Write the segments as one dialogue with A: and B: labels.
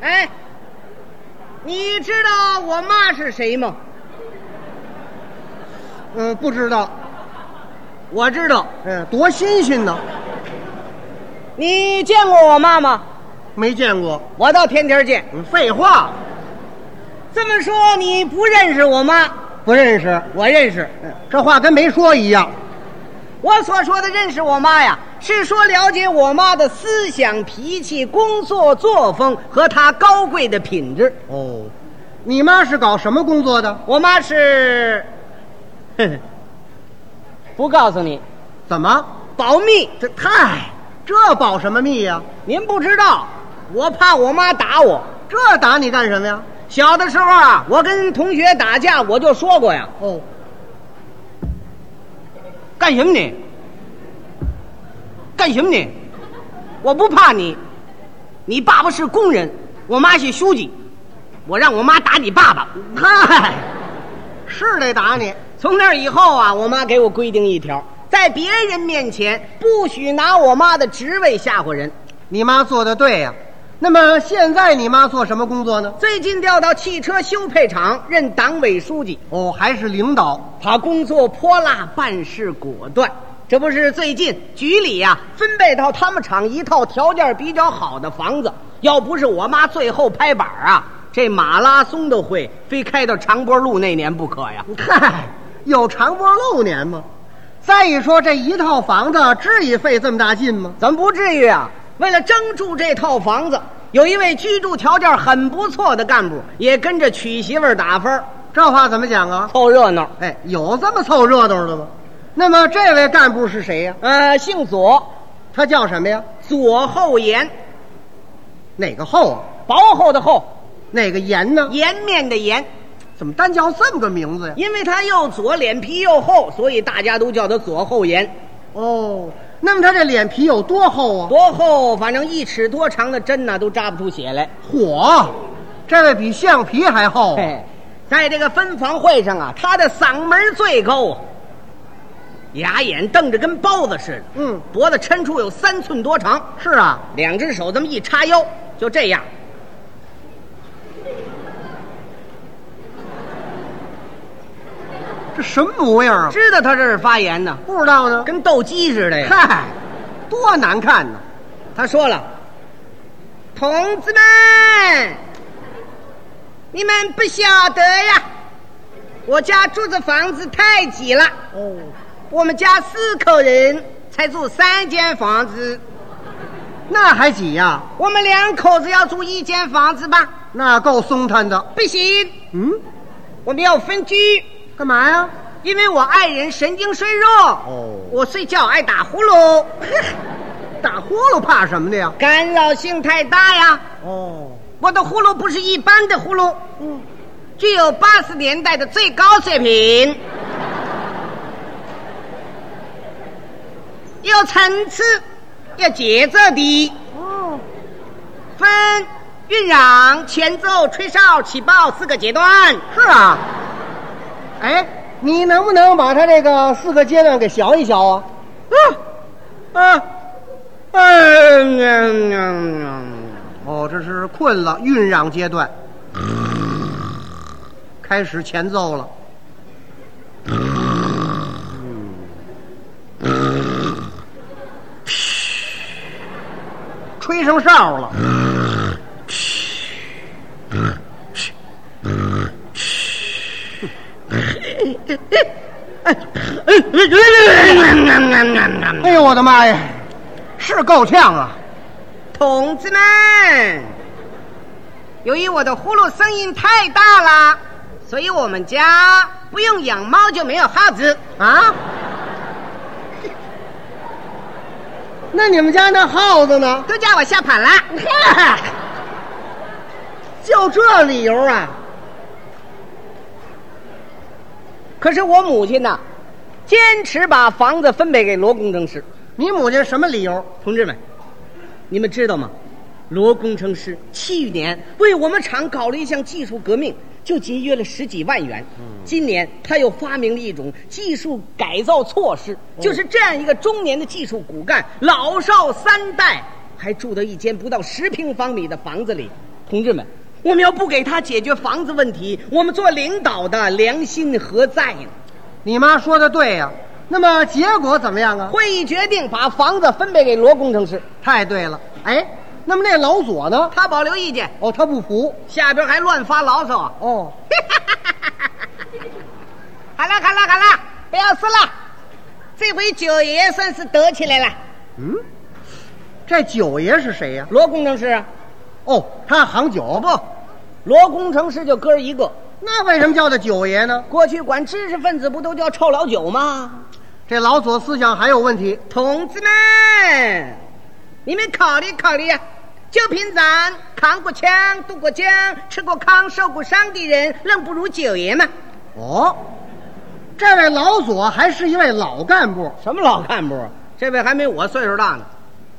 A: 哎，你知道我妈是谁吗？
B: 嗯，不知道，
A: 我知道，
B: 嗯，多新鲜呢，
A: 你见过我妈吗？
B: 没见过。
A: 我到天天见。
B: 嗯废话，
A: 这么说你不认识我妈？
B: 不认识。
A: 我认识。
B: 嗯这话跟没说一样。
A: 我所说的认识我妈呀，是说了解我妈的思想、脾气、工作作风和她高贵的品质。
B: 哦，你妈是搞什么工作的？
A: 我妈是， 不告诉你，
B: 怎么？
A: 保密。
B: 这太这保什么密呀、
A: 您不知道，我怕我妈打我。
B: 这打你干什么呀？
A: 小的时候啊，我跟同学打架，我就说过呀，
B: 哦，
A: 干什么你？干什么你？我不怕你，你爸爸是工人，我妈是书记，我让我妈打你爸爸。
B: 嗨，是得打你。
A: 从那以后啊，我妈给我规定一条，在别人面前不许拿我妈的职位吓唬人。
B: 你妈做的对呀、那么现在你妈做什么工作呢？
A: 最近调到汽车修配厂任党委书记，
B: 哦，还是领导。
A: 他工作泼辣，办事果断。这不是最近局里呀、分配到他们厂一套条件比较好的房子，要不是我妈最后拍板啊，这马拉松都会非开到长波路那年不可呀。
B: 嗨，有长波漏年吗？再一说这一套房子，至于费这么大劲吗？
A: 怎么不至于啊？为了争住这套房子，有一位居住条件很不错的干部也跟着娶媳妇儿打分儿
B: 这话怎么讲啊？
A: 凑热闹。
B: 哎，有这么凑热闹的吗？那么这位干部是谁呀、
A: 呃，姓左，
B: 他叫什么呀？
A: 左后颜，
B: 哪个厚啊？
A: 薄厚的厚，
B: 哪个严呢？
A: 颜面的颜。
B: 怎么单叫这么个名字呀？
A: 因为他又左，脸皮又厚，所以大家都叫他左后颜。
B: 哦，那么他这脸皮有多厚啊？
A: 多厚？反正一尺多长的针呐，都扎不出血来。
B: 火，啊这位比橡皮还厚啊。
A: 哎，在这个分房会上啊，他的嗓门最高啊，俩眼瞪着跟包子似的，
B: 嗯
A: 脖子抻出有三寸多长，
B: 是啊，
A: 两只手这么一叉腰，就这样。
B: 这什么模样啊？
A: 知道他这是发炎呢，
B: 不知道呢。
A: 跟斗鸡似的呀。
B: 嗨，多难看呢！
A: 他说了：“同志们，你们不晓得呀，我家住的房子太挤了。”
B: 哦，
A: 我们家四口人才住三间房子，
B: 那还挤呀、
A: 我们两口子要住一间房子吧？
B: 那够松摊的。
A: 不行，
B: 嗯，
A: 我们要分居，
B: 干嘛呀？
A: 因为我爱人神经衰弱，
B: 哦
A: 我睡觉爱打呼噜，
B: 打呼噜怕什么的呀？
A: 干扰性太大呀。
B: 哦，
A: 我的呼噜不是一般的呼噜，嗯，具有八十年代的最高水平，有层次，有节奏的。
B: 哦，
A: 分酝酿、前奏、吹哨、起爆四个阶段。
B: 是啊。哎，你能不能把他这个四个阶段给学一学啊？
A: 嗯啊，嗯嗯嗯，
B: 哦，这是困了，酝酿阶段，
A: 嗯
B: 开始前奏了。
A: 嗯
B: 吹上哨了，哎呦我的妈呀，是够呛啊！
A: 同志们，由于我的呼噜声音太大了，所以我们家不用养猫就没有耗子。
B: 啊？那你们家那耗子呢？
A: 都叫我下盘了。
B: 就这理由啊？
A: 可是我母亲呐，坚持把房子分配给罗工程师。
B: 你母亲什么理由？
A: 同志们，你们知道吗？罗工程师去年为我们厂搞了一项技术革命，就节约了十几万元。今年他又发明了一种技术改造措施，就是这样一个中年的技术骨干，老少三代还住到一间不到十平方米的房子里。同志们，我们要不给他解决房子问题，我们做领导的良心何在呢？
B: 你妈说的对呀、那么结果怎么样啊？
A: 会议决定把房子分配给罗工程师，
B: 太对了。哎，那么那老左呢？
A: 他保留意见，
B: 哦，他不服。
A: 下边还乱发牢骚啊！
B: 哦，
A: 喊了喊了喊了，不要撕了！这回九爷算是得起来了。
B: 嗯，这九爷是谁呀、
A: 罗工程师啊，
B: 哦，他行九不？
A: 罗工程师就哥儿一个。
B: 那为什么叫他九爷呢？
A: 过去管知识分子不都叫臭老九吗？
B: 这老左思想还有问题。
A: 同志们，你们考虑考虑呀、啊就凭咱扛过枪、渡过江、吃过糠、受过伤的人，愣不如九爷吗？
B: 哦，这位老左还是一位老干部。
A: 什么老干部？这位还没我岁数大呢。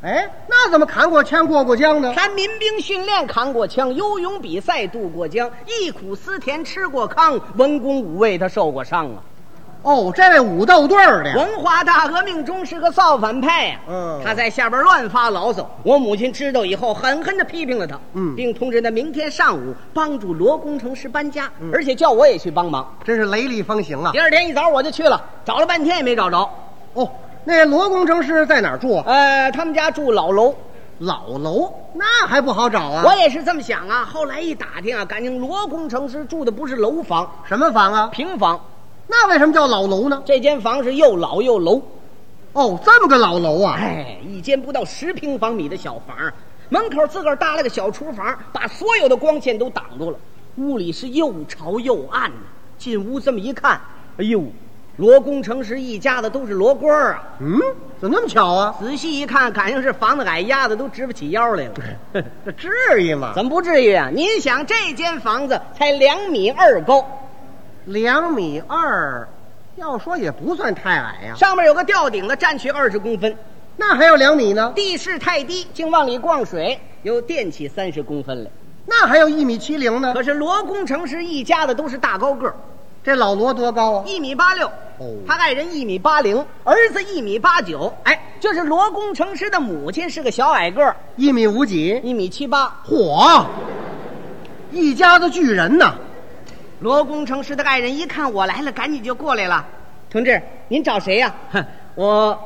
B: 哎，那怎么扛过枪过过江呢？
A: 他民兵训练扛过枪，游泳比赛渡过江，忆苦思甜吃过糠，文工武卫他受过伤啊。
B: 哦，这位武斗队儿的哎呀。
A: 文化大革命中是个造反派呀、
B: 嗯
A: 他在下边乱发牢骚。我母亲知道以后，狠狠地批评了他，
B: 嗯
A: 并通知他明天上午帮助罗工程师搬家，
B: 嗯
A: 而且叫我也去帮忙。
B: 真是雷厉风行啊
A: 第！二天一早我就去了，找了半天也没找着。
B: 哦，那罗工程师在哪儿住啊？
A: 呃，他们家住老楼，
B: 老楼，那还不好找啊？
A: 我也是这么想啊。后来一打听啊，感情罗工程师住的不是楼房，
B: 什么房啊？
A: 平房。
B: 那为什么叫老楼呢？
A: 这间房是又老又楼，
B: 哦，这么个老楼啊！
A: 哎，一间不到十平方米的小房儿，门口自个儿搭了个小厨房，把所有的光线都挡住了。屋里是又潮又暗呢、进屋这么一看，哎呦，罗工程师一家子都是罗锅儿啊！
B: 嗯，怎么那么巧 啊？
A: 仔细一看，感情是房子矮压的都直不起腰来了。
B: 这至于吗？
A: 怎么不至于啊？您想，这间房子才两米二高，
B: 两米二，要说也不算太矮呀、
A: 上面有个吊顶的，占去二十公分，
B: 那还有两米呢，
A: 地势太低，净往里灌水，又垫起三十公分来。
B: 那还有一米七零呢。
A: 可是罗工程师一家子都是大高个儿，
B: 这老罗多高啊？
A: 一米八六
B: 哦，
A: 他爱人一米八零，儿子一米八九，哎，就是罗工程师的母亲是个小矮个儿，
B: 一米五几。
A: 一米七八。
B: 嚯，一家子巨人呐！
A: 罗工程师的爱人一看我来了，赶紧就过来了，同志，您找谁呀、哼我，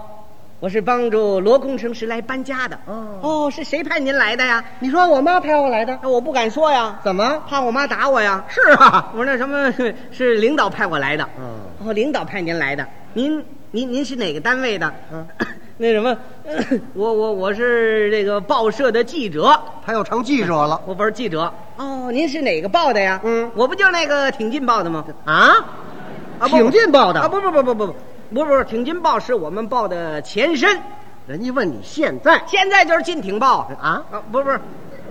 A: 我是帮助罗工程师来搬家的。
B: 哦
A: 哦，是谁派您来的呀？
B: 你说我妈派我来的，
A: 那我不敢说呀，
B: 怎么？
A: 怕我妈打我呀。
B: 是啊，
A: 我说那什么是领导派我来的。
B: 嗯，
A: 哦，领导派您来的，您您您是哪个单位的？啊
B: 嗯
A: 那什么，我我我是这个报社的记者，
B: 他又成记者了
A: 我不是记者。哦，您是哪个报的呀？
B: 嗯
A: 我不就是那个挺进报的吗？
B: 啊？
A: 啊不
B: 挺进报的
A: 啊，不不不不不不不不，挺进报是我们报的前身，
B: 人家问你现在
A: 现在就是进挺报
B: 啊？
A: 啊，不是不是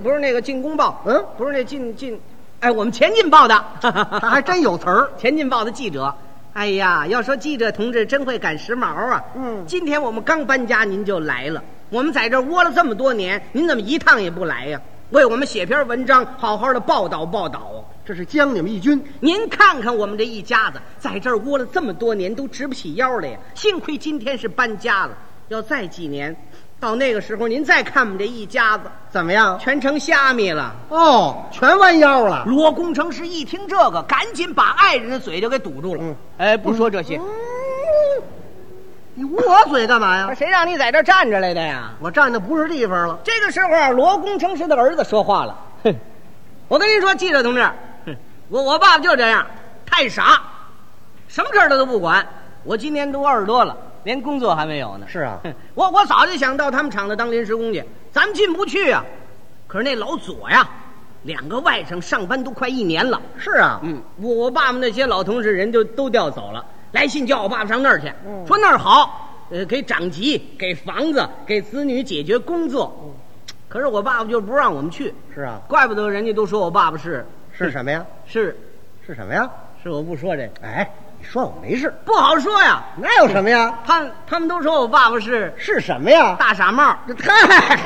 A: 不是那个进攻报，
B: 嗯，
A: 不是那进进，哎，我们前进报的，
B: 他还真有词儿。
A: 前进报的记者。哎呀，要说记者同志真会赶时髦啊！
B: 嗯
A: 今天我们刚搬家，您就来了。我们在这儿窝了这么多年，您怎么一趟也不来呀、为我们写篇文章，好好的报道报道啊！
B: 这是将你们一军。
A: 您看看我们这一家子，在这儿窝了这么多年，都直不起腰来呀！幸亏今天是搬家了，要再几年，到那个时候您再看我们这一家子，
B: 怎么样？
A: 全成虾米了。
B: 哦，全弯腰了。
A: 罗工程师一听这个，赶紧把爱人的嘴就给堵住了。
B: 嗯
A: 哎，不说这些。
B: 你捂我嘴干嘛呀？
A: 啊谁让你在这儿站着来的呀？
B: 我站的不是地方了。
A: 这个时候啊，罗工程师的儿子说话了：“哼，我跟您说，记者同志，哼我我爸爸就这样，太傻，什么事儿他都不管。我今年都二十多了，连工作还没有呢。
B: 是啊
A: 哼我我早就想到他们厂子当临时工去，咱们进不去啊。可是那老左呀，两个外甥上班都快一年了。”
B: 是啊，
A: 嗯，我我爸爸那些老同志人就都调走了，来信叫我爸爸上那儿去，
B: 嗯
A: 说那儿好，呃，给长级，给房子，给子女解决工作。可是我爸爸就不让我们去，
B: 是啊，
A: 怪不得人家都说我爸爸是
B: 是什么呀？
A: 是
B: 是什么呀？
A: 是，我不说这
B: 哎，你说我没事，
A: 不好说呀，
B: 那有什么呀？
A: 他们他们都说我爸爸是
B: 是什么呀？
A: 大傻帽。
B: 嗨，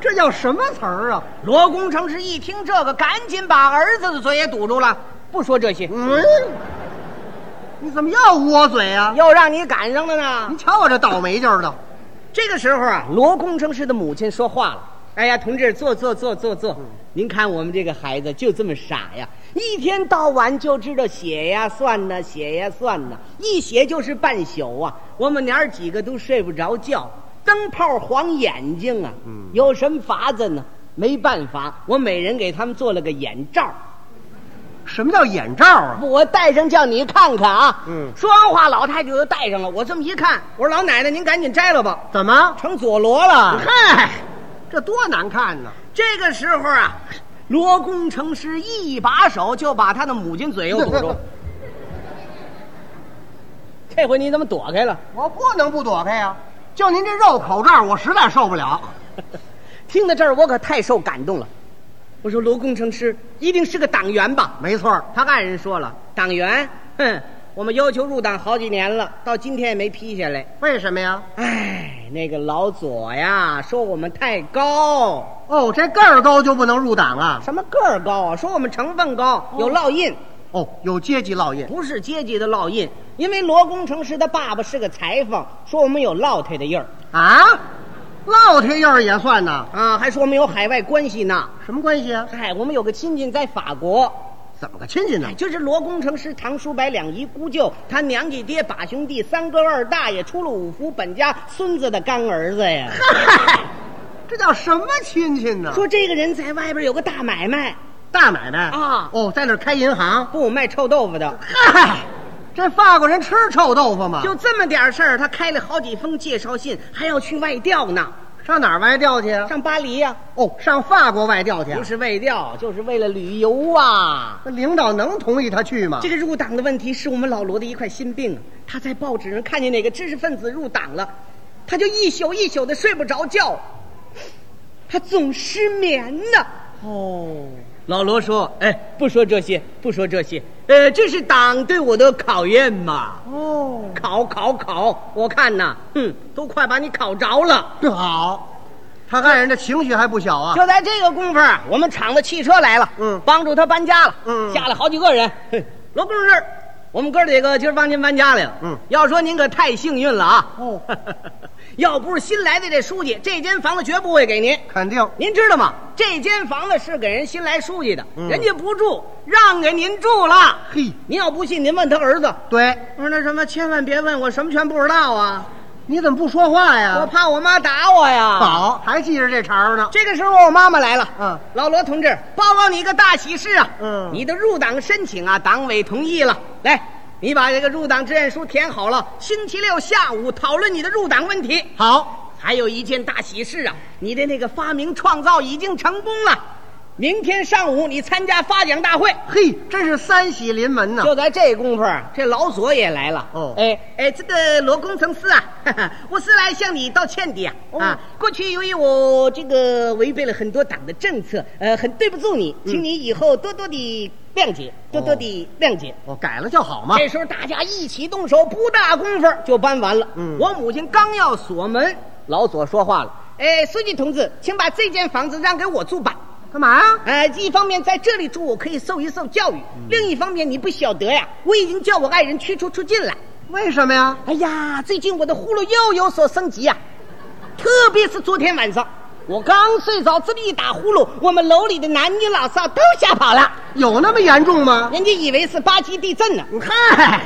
B: 这叫什么词儿啊？
A: 罗工程师一听这个，赶紧把儿子的嘴也堵住了，不说这些，
B: 嗯，你怎么又捂我嘴啊呀、
A: 又让你赶上了呢
B: 你。瞧我这倒霉劲儿的。
A: 这个时候啊，罗工程师的母亲说话了：“哎呀，同志，坐坐坐坐坐。您看我们这个孩子就这么傻呀，一天到晚就知道写呀算呐，写呀算呐，一写就是半宿啊。我们娘儿几个都睡不着觉，灯泡晃眼睛啊。有什么法子呢？没办法，我每人给他们做了个眼罩，
B: 什么叫眼罩啊？
A: 我戴上叫你看看啊。
B: 嗯
A: 说完话，老太太就戴上了。我这么一看，我说老奶奶您赶紧摘了吧，
B: 怎么？
A: 成佐罗了。
B: 嗨，这多难看呢！
A: 这个时候啊，罗工程师一把手就把他的母亲嘴又堵住。这回你怎么躲开了？
B: 我不能不躲开呀、就您这肉口罩，我实在受不了。
A: 听到这儿，我可太受感动了。我说罗工程师一定是个党员吧？
B: 没错儿，
A: 他爱人说了，党员，哼，我们要求入党好几年了，到今天也没批下来。
B: 为什么呀？
A: 哎，那个老左呀，说我们太高，
B: 哦，这个儿高就不能入党啊？
A: 什么个儿高啊，说我们成分高，有烙印。
B: 哦，有阶级烙印。
A: 不是阶级的烙印，因为罗工程师他爸爸是个裁缝，说我们有烙铁的印儿
B: 啊，烙铁印儿也算呐？
A: 啊，还说我们有海外关系呢。
B: 什么关系啊？
A: 嗨，我们有个亲戚在法国，
B: 怎么个亲戚呢？
A: 就是罗工程师堂叔伯两姨姑舅，他娘家爹把兄弟三哥二大爷出了五福本家孙子的干儿子 呀。
B: 嗨，这叫什么亲戚呢？
A: 说这个人在外边有个大买卖，
B: 大买卖
A: 啊
B: 哦，在那儿开银行。
A: 不卖臭豆腐的，
B: 嗨，这法国人吃臭豆腐吗？
A: 就这么点事儿，他开了好几封介绍信，还要去外调呢，
B: 上哪儿外调去啊？
A: 上巴黎呀、
B: 哦，上法国外调去啊。
A: 不是外调，就是为了旅游啊。
B: 那领导能同意他去吗？
A: 这个入党的问题是我们老罗的一块心病啊。他在报纸上看见哪个知识分子入党了，他就一宿一宿的睡不着觉，他总失眠呢。
B: 哦，
A: 老罗说：“哎，不说这些，不说这些，呃，这是党对我的考验嘛。
B: 哦，
A: 考考考，我看呐，哼，都快把你考着了。
B: 好，他爱人的情绪还不小啊。
A: 就在这个功夫啊，我们厂的汽车来了，
B: 嗯
A: 帮助他搬家了，
B: 嗯
A: 下来好几个人。嘿罗工程师，我们哥几个今儿帮您搬家来了，
B: 嗯
A: 要说您可太幸运了啊。
B: 哦，
A: 要不是新来的这书记，这间房子绝不会给您。
B: 肯定
A: 您知道吗？这间房子是给人新来书记的，
B: 嗯
A: 人家不住，让给您住了。
B: 嘿
A: 您要不信，您问他儿子。
B: 对，
A: 我说那什么，千万别问我什么全不知道啊，
B: 你怎么不说话
A: 我
B: 呀？
A: 怕我妈打我呀。
B: 好，还记着这茬儿呢。
A: 这个时候，我妈妈来了。
B: 嗯，
A: 老罗同志，报告你一个大喜事啊！
B: 嗯
A: 你的入党申请啊，党委同意了。来，你把这个入党志愿书填好了，星期六下午讨论你的入党问题。
B: 好，
A: 还有一件大喜事啊，你的那个发明创造已经成功了。明天上午你参加发奖大会。
B: 嘿，真是三喜临门呐。
A: 就在这功夫儿，这老左也来了。
B: 哦
A: 哎哎，这个罗工程师啊， 哈哈，我是来向你道歉的呀、
B: 哦
A: 啊，过去由于我这个违背了很多党的政策，呃，很对不住你，
B: 嗯
A: 请你以后多多的谅解，
B: 哦
A: 多多的谅解。
B: 我改了就好嘛。
A: 这时候大家一起动手，不大功夫就搬完了。
B: 嗯
A: 我母亲刚要锁门，老左说话了：“哎，书记同志，请把这间房子让给我住吧。”
B: 干嘛呀？
A: 呃，一方面在这里住，我可以受一受教育；另一方面，你不晓得呀，我已经叫我爱人驱逐出境了。
B: 为什么呀？
A: 哎呀，最近我的呼噜又有所升级呀、特别是昨天晚上，我刚睡着，这么一打呼噜，我们楼里的男女老少都吓跑了，
B: 有那么严重吗？
A: 人家以为是八级地震呢。
B: 嗨，